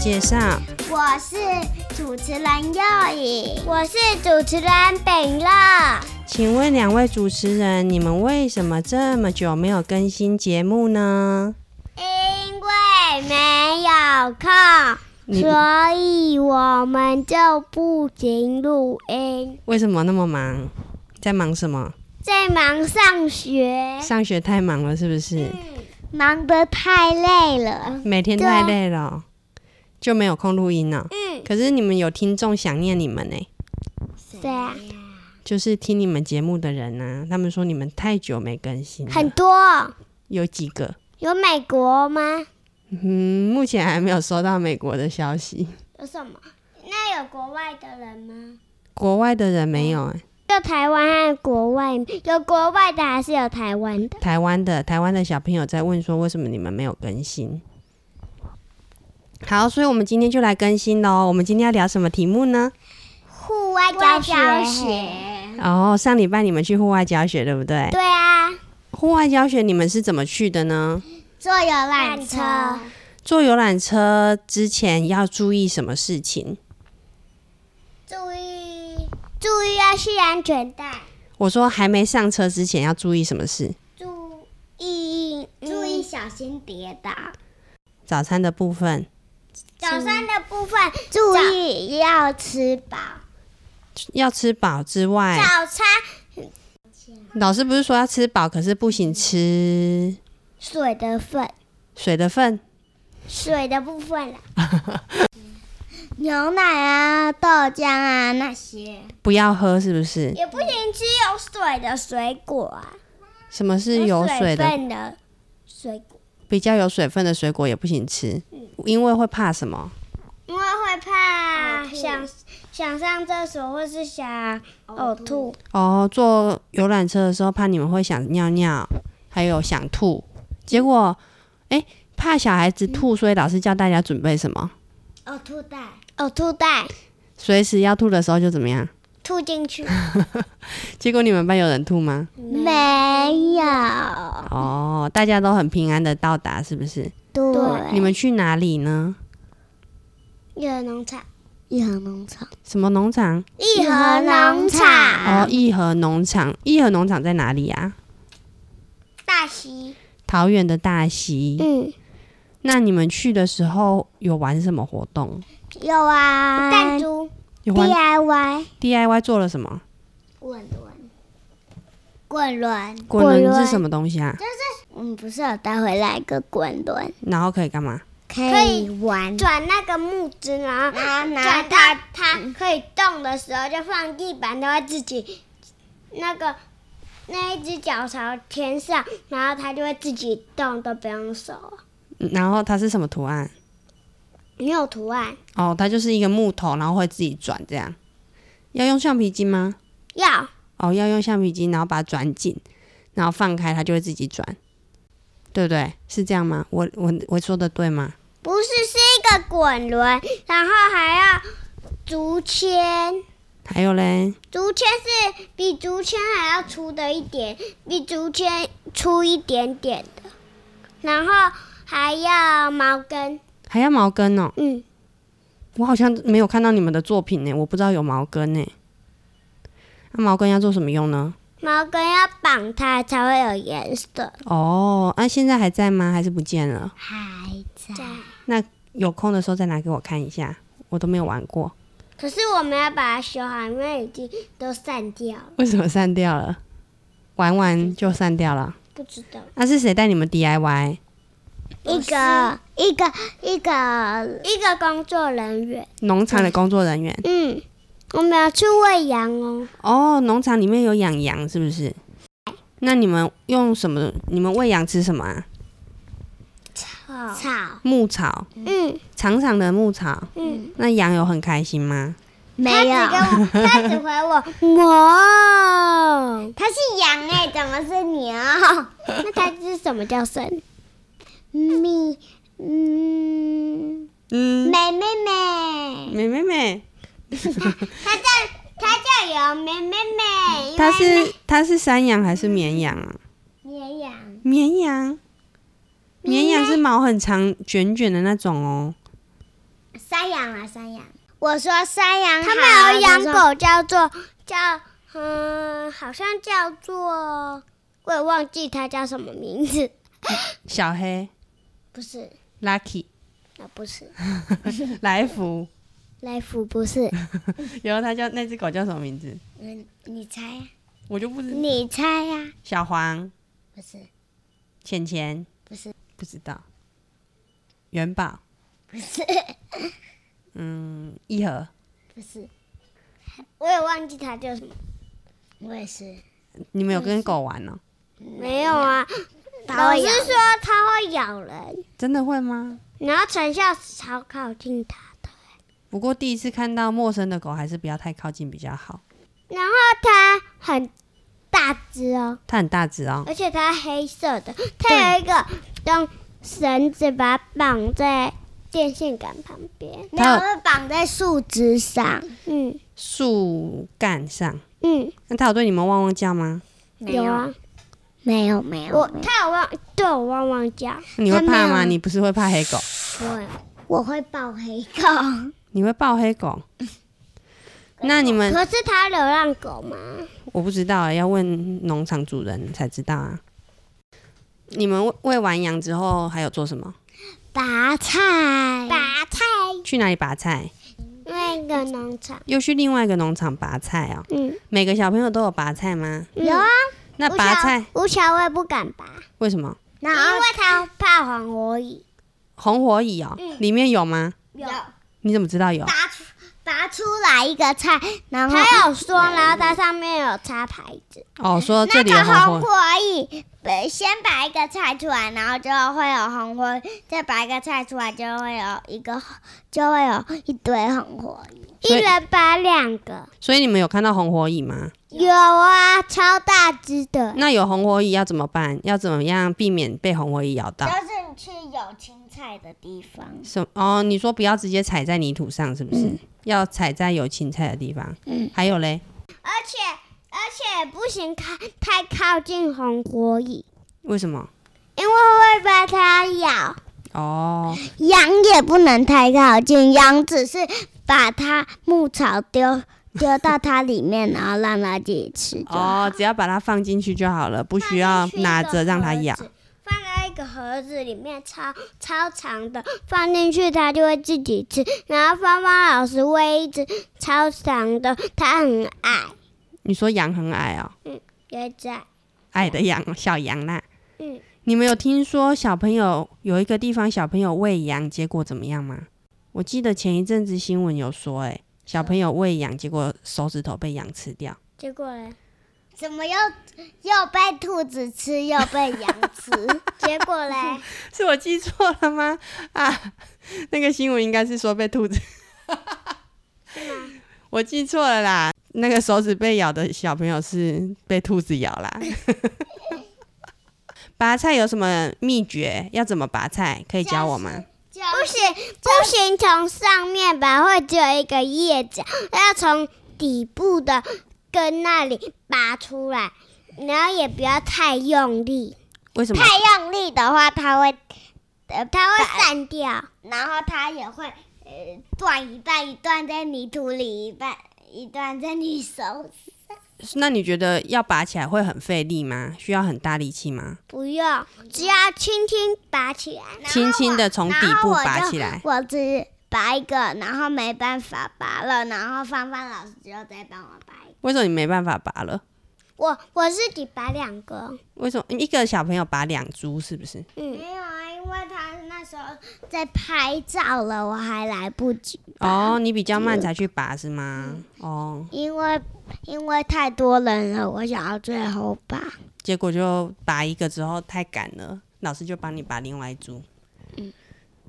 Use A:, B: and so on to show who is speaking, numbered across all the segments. A: 介绍。
B: 我是主持人佑颖，我是主持人秉乐。
A: 请问两位主持人，你们为什么这么久没有更新节目呢？
B: 因为没有空，
A: 你
B: 所以我们就不行录音，
A: 为什么那么忙？在忙什么？
B: 在忙上学，
A: 上学太忙了，是不是？
B: 嗯忙得太累了。
A: 每天太累了哦，就没有空录音了。
B: 啊嗯，
A: 可是你们有听众想念你们呢、
B: 对啊，
A: 就是听你们节目的人啊，他们说你们太久没更新了，
B: 很多。
A: 有几个？
B: 有美国吗？
A: 嗯，目前还没有收到美国的消息，
B: 有什么？那有国外的人吗？
A: 国外的人没有、欸，
B: 有台湾和国外，有国外的还是有台湾的？
A: 台湾的台湾的小朋友在问说，为什么你们没有更新？好，所以我们今天就来更新喽。我们今天要聊什么题目呢？
B: 户外教学。
A: 哦，上礼拜你们去户外教学，对不对？
B: 对啊，
A: 户外教学你们是怎么去的呢？
B: 坐游览车
A: 坐游览车之前要注意什么事情？
B: 注意注意要系安全带，
A: 我说还没上车之前要注意什么事？
B: 注意嗯注意小心跌倒。
A: 早餐的部分，
B: 早餐的部分注意要吃饱。
A: 要吃饱之外，
B: 早餐
A: 老师不是说要吃饱，可是不行吃
B: 水的份，
A: 水的份。
B: 水的部分啦， 牛奶啊、豆浆啊那些，
A: 不要喝，是不是？
B: 也不行吃有水的水果啊，
A: 什么是有水的？
B: 分的水果，
A: 比较有水分的水果也不行吃，因为会怕什么？
B: 因为会怕想想上厕所或是想呕吐，
A: 哦，坐游览车的时候怕你们会想尿尿，还有想吐。结果，哎、怕小孩子吐，所以老师叫大家准备什么？
B: 呕吐袋，呕吐袋
A: 随时要吐的时候就怎么样？
B: 吐进去
A: 结果你们班有人吐吗？
B: 没有？
A: 哦，大家都很平安的到达，是不是？
B: 对，
A: 你们去哪里呢？
B: 一和农场，一和农场，
A: 什么农场？
B: 一和农场，
A: 哦，义和农场。义和农场在哪里啊？
B: 大溪，
A: 桃园的大溪。
B: 嗯。
A: 那你们去的时候有玩什么活动？
B: 有啊，弹珠
A: 有玩
B: DIY
A: DIY 做了什么？
B: 滚轮，滚轮，
A: 滚轮是什么东西啊？
B: 我们不是有带回来一个滚轮，
A: 然后可以干嘛？
B: 可以哎玩，转那个木枝，然后转到它嗯可以动的时候，就放地板，它会自己那个那一只脚朝天上，然后它就会自己动，都不用手，
A: 嗯然后它是什么图案？
B: 没有图案，
A: 哦，它就是一个木头，然后会自己转这样。要用橡皮筋吗？
B: 要
A: 哦，要用橡皮筋，然后把它转紧，然后放开，它就会自己转，对不对？是这样吗？我我我说的对吗？
B: 不是是一个滚轮，然后还要竹签。
A: 还有嘞，
B: 竹签是比竹签还要粗的一点，比竹签粗一点点的，然后还要毛根，
A: 还要毛根哦。
B: 嗯，
A: 我好像没有看到你们的作品呢，我不知道有毛根呢。那、毛根要做什么用呢？
B: 毛根要绑它才会有颜色。
A: 哦，那、现在还在吗？还是不见了？
B: 还在，
A: 有空的时候再拿给我看一下，我都没有玩过。
B: 可是我们要把它修好，因为已经都散掉了，
A: 为什么散掉了？玩完就散掉了？
B: 不知道。
A: 那、是谁带你们 DIY？
B: 一个一个一个一个工作人员，
A: 农场的工作人员。
B: 嗯，我们要去喂羊哦，
A: 哦，农场里面有养羊是不是？那你们用什么？你们喂羊吃什么啊？
B: 草，
A: 牧草，
B: 嗯
A: 长长的牧草。
B: 嗯。
A: 那羊有很开心吗？
B: 没嗯有，他只给我，他只回 我牛。他是羊哎、怎么是 牛？那它是什么叫声？咪，嗯，
A: 嗯，
B: 美妹妹，
A: 美妹妹，
B: 它叫它叫有美妹妹，因
A: 它
B: 为
A: 是它是山羊还是绵羊啊？
B: 绵羊，
A: 绵羊，绵羊是毛很长卷卷的那种哦。
B: 山羊啊，山羊。我说山羊，啊
C: 他
B: 他
C: 们
B: 们有
C: 有养
B: 养
C: 狗
B: 狗叫做叫嗯，好像叫做，我也忘记它叫什么名字。
A: 小黑、
B: 不是，
A: Lucky、
B: 啊不是，
A: 来福，
B: 来福不是。
A: 然后他叫那只狗叫什么名字？
B: 嗯，你猜呀、
A: 我就不知
B: 你猜呀、
A: 小黄、
B: 不是，
A: 浅浅，
B: 不是，
A: 不知道。元宝，
B: 不是，
A: 嗯，一盒，
B: 不是。我也忘记它叫什么。我也是。
A: 你们有跟狗玩哦？
B: 没有啊，
C: 它
B: 老
C: 会
B: 师
C: 咬
B: 说它会咬人，
A: 真的会吗？
B: 然后成效超靠近它的。
A: 不过第一次看到陌生的狗，还是不要太靠近比较好。
B: 然后它很大只哦，
A: 它很大只哦，
B: 而且它黑色的，它有一个用绳子把它绑在电线杆旁边，
A: 它有
B: 然后绑在树枝上。嗯
A: 树干上。
B: 嗯，
A: 那它有对你们汪汪叫吗？
B: 有啊，
C: 没有没有，
B: 我
C: 我
B: 它有汪，对我汪汪叫，
A: 你会怕
C: 它没
A: 吗？
C: 有
A: 你不是会怕黑狗？
B: 我
C: 我会抱黑狗，
A: 你会抱黑狗？那你 们
B: 可是它流浪狗吗？
A: 我不知道啊，要问农场主人才知道啊。你们喂喂完羊之后还有做什么？
C: 拔菜，
B: 拔菜，
A: 去哪里拔菜？
B: 那个农场，
A: 又去另外一个农场拔菜哦。
B: 嗯，
A: 每个小朋友都有拔菜吗？
B: 有啊。
A: 那
B: 吴
A: 拔
B: 小
A: 菜
B: 吴小薇不敢拔，
A: 为什么？
C: 然
B: 因
C: 后
B: 为她怕黄火蚁。
A: 红火蚁哦，里面有吗？
B: 有，
A: 你怎么知道有？
C: 拔出拔出来一个菜，然后
B: 他有说，然后它上面有插牌子。
A: 哦，说这里有
C: 那个
A: 红
C: 红
A: 火
C: 火蚁，呃先把一个菜出来，然后就会有红火蚁，再把一个菜出来，就会有一个，就会有一堆红火蚁。
A: 所
B: 一
A: 以
B: 人拔两个，
A: 所以你们有看到红火蚁吗？
B: 有啊，超大只的。
A: 那有红火蚁要怎么办？要怎么样避免被红火蚁咬到？
C: 就是你去有青菜的地方，
A: 什哦？你说不要直接踩在泥土上，是不是？要踩在有青菜的地方。嗯，还有嘞，
B: 而且而且不行靠太靠近红火蚁，
A: 为什么？
B: 因为会把它咬。
A: 哦，
C: 羊也不能太靠近，羊只是把它牧草丢丢到它里面，然后让它自己吃。
A: 哦，只要把它放进去就好了，不需要拿着让它咬。。
B: 放在一个盒子里面，超超长的，放进去它就会自己吃。然后芳芳老师喂一只超长的，它很矮，
A: 你说羊很矮哦，
B: 有一只矮。
A: 矮的羊，小羊啦。
B: 嗯，
A: 你们有听说小朋友有一个地方小朋友喂羊，结果怎么样吗？我记得前一阵子新闻有说、欸，小朋友喂羊，结果手指头被羊吃掉。
B: 结果嘞，
C: 怎么又又被兔子吃，又被羊 吃？
B: 结果嘞，
A: 是我记错了吗？啊，那个新闻应该是说被兔子， 我记错了啦。那个手指被咬的小朋友是被兔子咬啦。 拔菜有什么秘诀？要怎么拔菜？可以教我吗？
B: 不行不行，从上面拔会只有一个叶子，要从底部的根那里拔出来，然后也不要太用力，
A: 为什么？
C: 太用力的话，它会，呃，
B: 它
C: 它
B: 会
C: 会
B: 散掉。
C: 然后它也会呃断一半，一段在泥土里，一半一段在你手。
A: 那你觉得要拔起来会很费力吗？需要很大力气吗？
B: 不用，只要轻轻拔起来。
A: 轻轻的从底部拔起来。
C: 我只拔一个，然后没办法拔了，然后芳芳老师就再帮我拔一个。
A: 为什么你没办法拔了？
B: 我我自己拔两个，
A: 为什么一个小朋友拔两株是不是？
B: 嗯，
C: 没有啊，因为他那时候在拍照了，我还来不及，
A: 哦，你比较慢才去拔是吗？哦，
C: 因为因为太多人了，我想要最后拔。
A: 结果就拔一个之后太赶了，老师就帮你拔另外一株。嗯，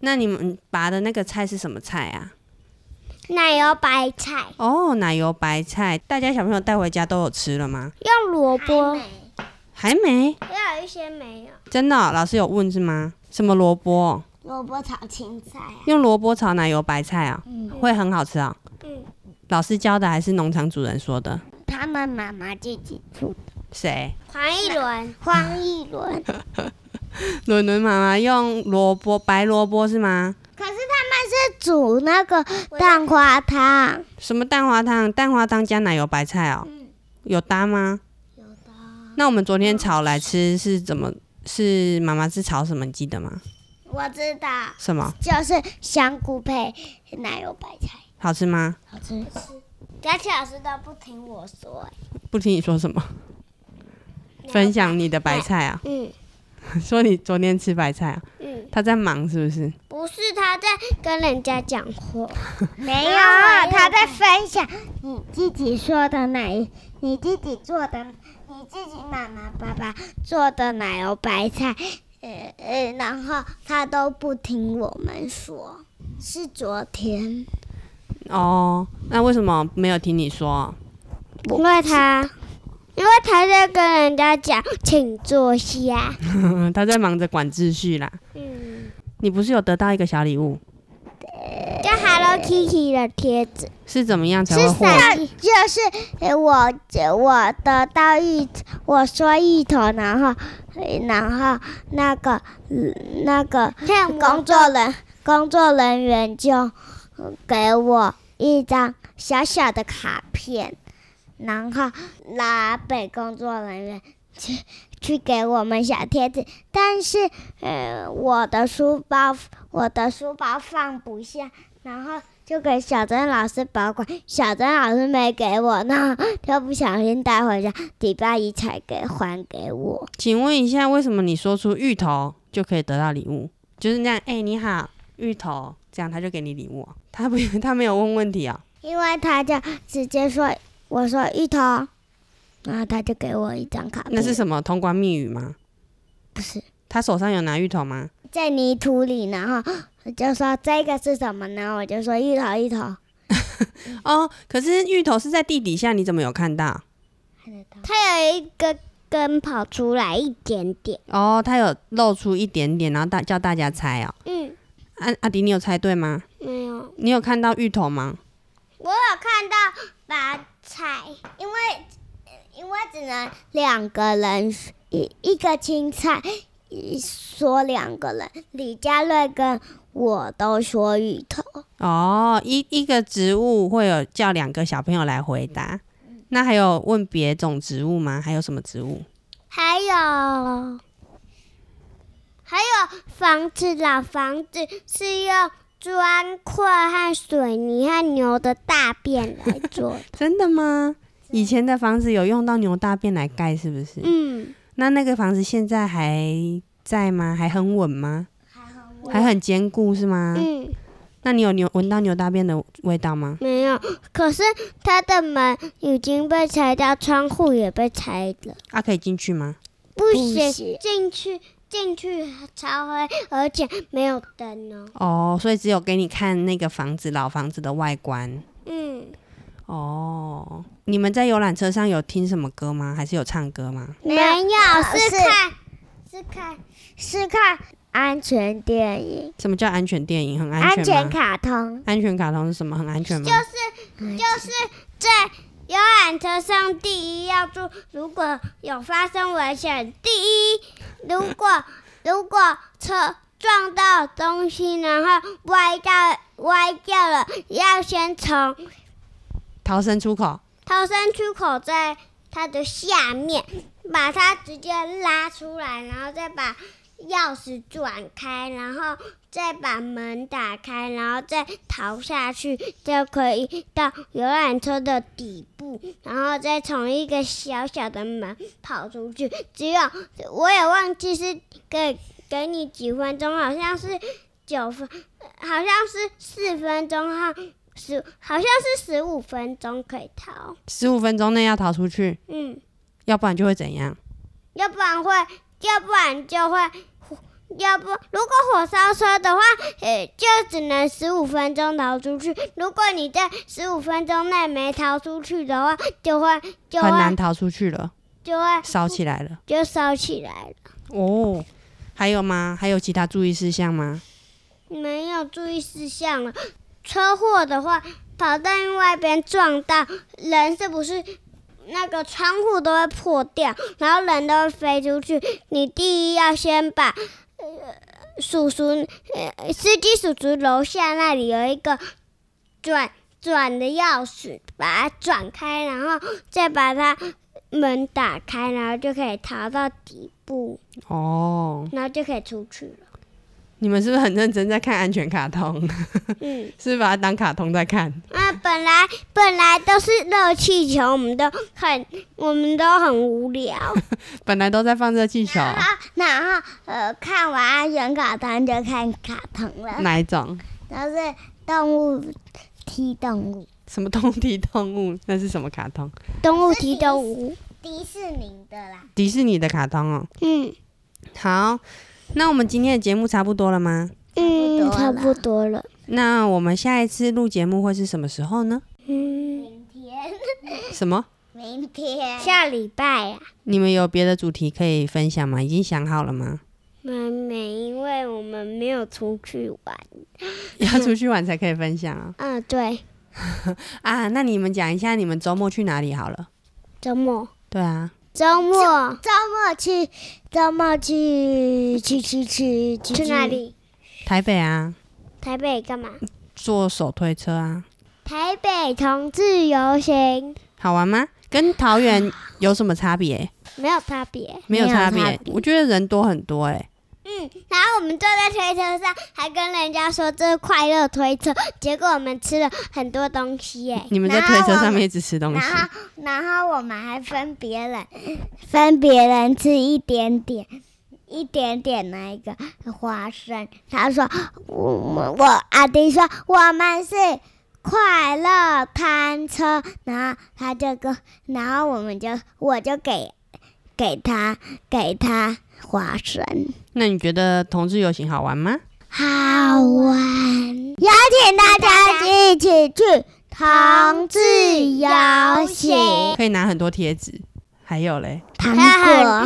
A: 那你们拔的那个菜是什么菜啊？
B: 奶油白菜
A: 哦，奶油白菜，大家小朋友带回家都有吃了吗？
B: 用萝卜，
A: 还没，
B: 也有一些没有。
A: 真的哦、老师有问是吗？什么萝卜？
C: 萝卜炒青菜啊，
A: 用萝卜炒奶油白菜啊、会很好吃啊、
B: 嗯，
A: 老师教的还是农场主人说的？
C: 他们妈妈自己煮的。
A: 谁？
B: 黄一轮，
C: 黄一轮，
A: 伦伦妈妈用萝卜白萝卜是吗？
C: 可是他们是煮那个蛋花汤，
A: 什么蛋花汤？蛋花汤加奶油白菜哦，有搭吗？有
C: 啊
A: 搭。那我们昨天炒来吃是怎么？是妈妈是炒什么？你记得吗？
C: 我知道，
A: 什么
C: 就是香菇配奶油白菜，
A: 好吃吗？
C: 好吃。
B: 佳琪老师都不听我说、哎
A: 不听你说什么？分享你的白菜啊，
B: 嗯
A: 说你昨天吃白菜啊，
B: 嗯，
A: 他在忙是不是？
B: 不是他在跟人家讲话，
C: 没有，
B: 有
C: 他在分享你自己说的奶，你自己做的，你自己妈妈爸爸做的奶油白菜，呃呃，然后他都不听我们说，是昨天，
A: 哦，那为什么没有听你说？
B: 因为他因为他在跟人家讲，请坐下。
A: 他在忙着管秩序啦。
B: 嗯，
A: 你不是有得到一个小礼物，
B: 就 Hello Kitty 的贴纸，
A: 是怎么样才会
C: 是
A: 获？
C: 上就是呃我我得到芋，我说芋头，然后呃然后那个嗯那个
B: 还有
C: 工作人工作人员就呃给我一张小小的卡片，然后拉北工作人员 去去给我们小贴纸，但是呃我的书包我的书包放不下，然后。就给小珍老师保管，小珍老师没给我，那就不小心带回家，礼拜一才给还给我。
A: 请问一下，为什么你说出芋头就可以得到礼物？就是那样，哎、你好，芋头，这样他就给你礼物哦、他不， 他没有问问题啊、
C: 因为他就直接说，我说芋头，然后他就给我一张卡片，
A: 那是什么通关密语吗？
C: 不是
A: 他手上有拿芋头吗？
C: 在泥土里，然后我就说这个是什么呢？我就说芋头，芋头，
A: 哦，可是芋头是在地底下，你怎么有看到？
B: 它有一个根跑出来一点点。
A: 哦，他有露出一点点，然后大叫大家猜哦。
B: 嗯，
A: 阿、阿迪，你有猜对吗？
B: 没有，
A: 你有看到芋头吗？
C: 我有看到白菜，因为因为只能两个人一一个青菜，一说两个人，李佳瑞跟我都说芋头，
A: 哦，一一个植物会有叫两个小朋友来回答。那还有问别种植物吗？还有什么植物？
B: 还有还有房子，老房子是用砖块和水泥和牛的大便来做的。
A: 真的吗？以前的房子有用到牛大便来盖，是不是？
B: 嗯，
A: 那那个房子现在还在吗？还很稳吗？还很坚固是吗？
B: 嗯，
A: 那你有牛闻到牛大便的味道吗？
B: 没有。可是它的门已经被拆掉，窗户也被拆了。
A: 啊，可以进去吗？
B: 不
C: 行
B: 行，进去进去超黑，而且没有灯哦。
A: 哦，所以只有给你看那个房子老房子的外观。
B: 嗯，
A: 哦，你们在游览车上有听什么歌吗？还是有唱歌吗？
B: 没
C: 没有
B: 有，哦是
C: 是
B: 看是看
C: 是看安全电影、
A: 什么叫安全电影？很安
C: 安
A: 全吗？
C: 全卡通，
A: 安全卡通是什么？很安全吗？
B: 就是在游览车上，第一要注，如果有发生危险，第一，如果 如果车撞到东西，然后歪掉歪掉了，要先从
A: 逃生出口。
B: 逃生出口在它的下面，把它直接拉出来，然后再把钥匙转开，然后再把门打开，然后再逃下去，就可以到游览车的底部，然后再从一个小小的门跑出去。只有我也忘记是给给你几分钟，好像是九分，呃好像是四分钟哈。十好像是十五分钟可以逃，
A: 十五分钟内要逃出去，
B: 嗯，
A: 要不然就会怎样？
B: 要不然会，要不然就会，要不如果火烧车的话，呃，就只能十五分钟逃出去。如果你在十五分钟内没逃出去的话，就会就
A: 很难
B: 会
A: 逃出去
B: 哦
A: 了，
B: 就会
A: 烧起来了。
B: 就烧起来了。
A: 哦，还有吗？还有其他注意事项吗？
B: 没有注意事项了。车祸的话，跑到另外一边撞到人，是不是那个窗户都会破掉，然后人都会飞出去？你第一要先把、呃叔叔，呃，司机叔叔楼下那里有一个转转的钥匙，把它转开，然后再把它门打开，然后就可以逃到底部，
A: 哦，
B: 然后就可以出去了。
A: 你们是不是很认真在看安全卡通？
B: 嗯，
A: 是不是把它当卡通在看？
B: 啊，本来本来都是热气球，我们都很我们都很无聊。
A: 本来都在放热气球，啊
C: 然后呃，看完安全卡通就看卡通
B: 嗯
C: 了，
A: 哪一种？
C: 都是动物踢动物，
A: 什么动体动物？那是什么卡通？
B: 动物提动物，
C: 迪士尼的啦。
A: 迪士尼的卡通哦。
B: 嗯
A: 好，那我们今天的节目差不多了吗？
B: 嗯，
C: 差
B: 差
C: 不
B: 不多了。
A: 那我们下一次录节目会是什么时候呢？
B: 嗯，
C: 明天，
A: 什么？
C: 明天
B: 下礼拜啊呀、
A: 你们有别的主题可以分享吗？已经想好了吗？
B: 妹妹，因为我们没有出去玩。
A: 要出去玩才可以分享啊！
B: 嗯，对，
A: 啊，那你们讲一下你们周末去哪里好了？
B: 周末，
A: 对啊，
B: 周末
C: 周末去，周末去，去去去去
B: 去哪？里？
A: 台北啊，
B: 台北干嘛？
A: 坐手推车啊，
B: 台北同志游行
A: 好玩吗？跟桃园有什么差 别？
B: 没有差别。
A: 没有
C: 没有
A: 差
C: 差
A: 别，我觉得人多很多哎、
B: 嗯，然后我们坐在推车上，还跟人家说这是快乐推车，结果我们吃了很多东西耶。
A: 你们在
C: 然
A: 推
C: 后
A: 车
C: 我
A: 上
C: 们
A: 面一直吃东西
C: 然，后，然后我们还分别人，分别人吃一点点，一点点那一个花生。他说，我们我阿迪说我们是快乐摊车，然后他就跟，然后我们就我就给给他给他花生，
A: 那你觉得同志游行好玩吗？
C: 好玩。邀请大家一起去同志游行。
A: 可以拿很多贴纸，还有嘞，
C: 糖
B: 果。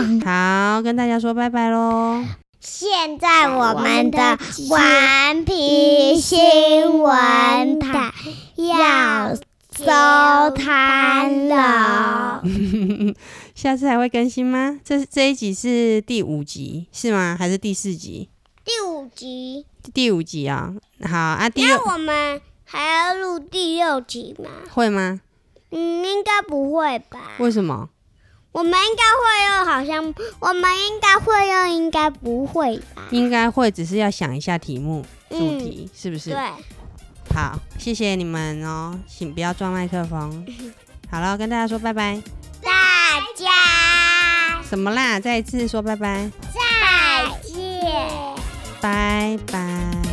A: 嗯好，跟大家说拜拜喽。
C: 现在我们的顽皮新闻台要收摊了，
A: 下次还会更新吗？这这一集是第五集是吗？还是第四集？
B: 第五集，
A: 第五集啊、好啊，第六
B: 那我们还要录第六集吗？
A: 会吗？
B: 嗯，应该不会吧？
A: 为什么？
B: 我们应该会用，好像我们应该会用，应该不会吧？
A: 应该会，只是要想一下题目、主
B: 嗯
A: 题是不是？
B: 对，
A: 好，谢谢你们哦，请不要撞麦克 风。好了，跟大家说拜拜。
B: 大家
A: 什么啦？再一次说拜拜，
B: 再见。
A: 拜拜。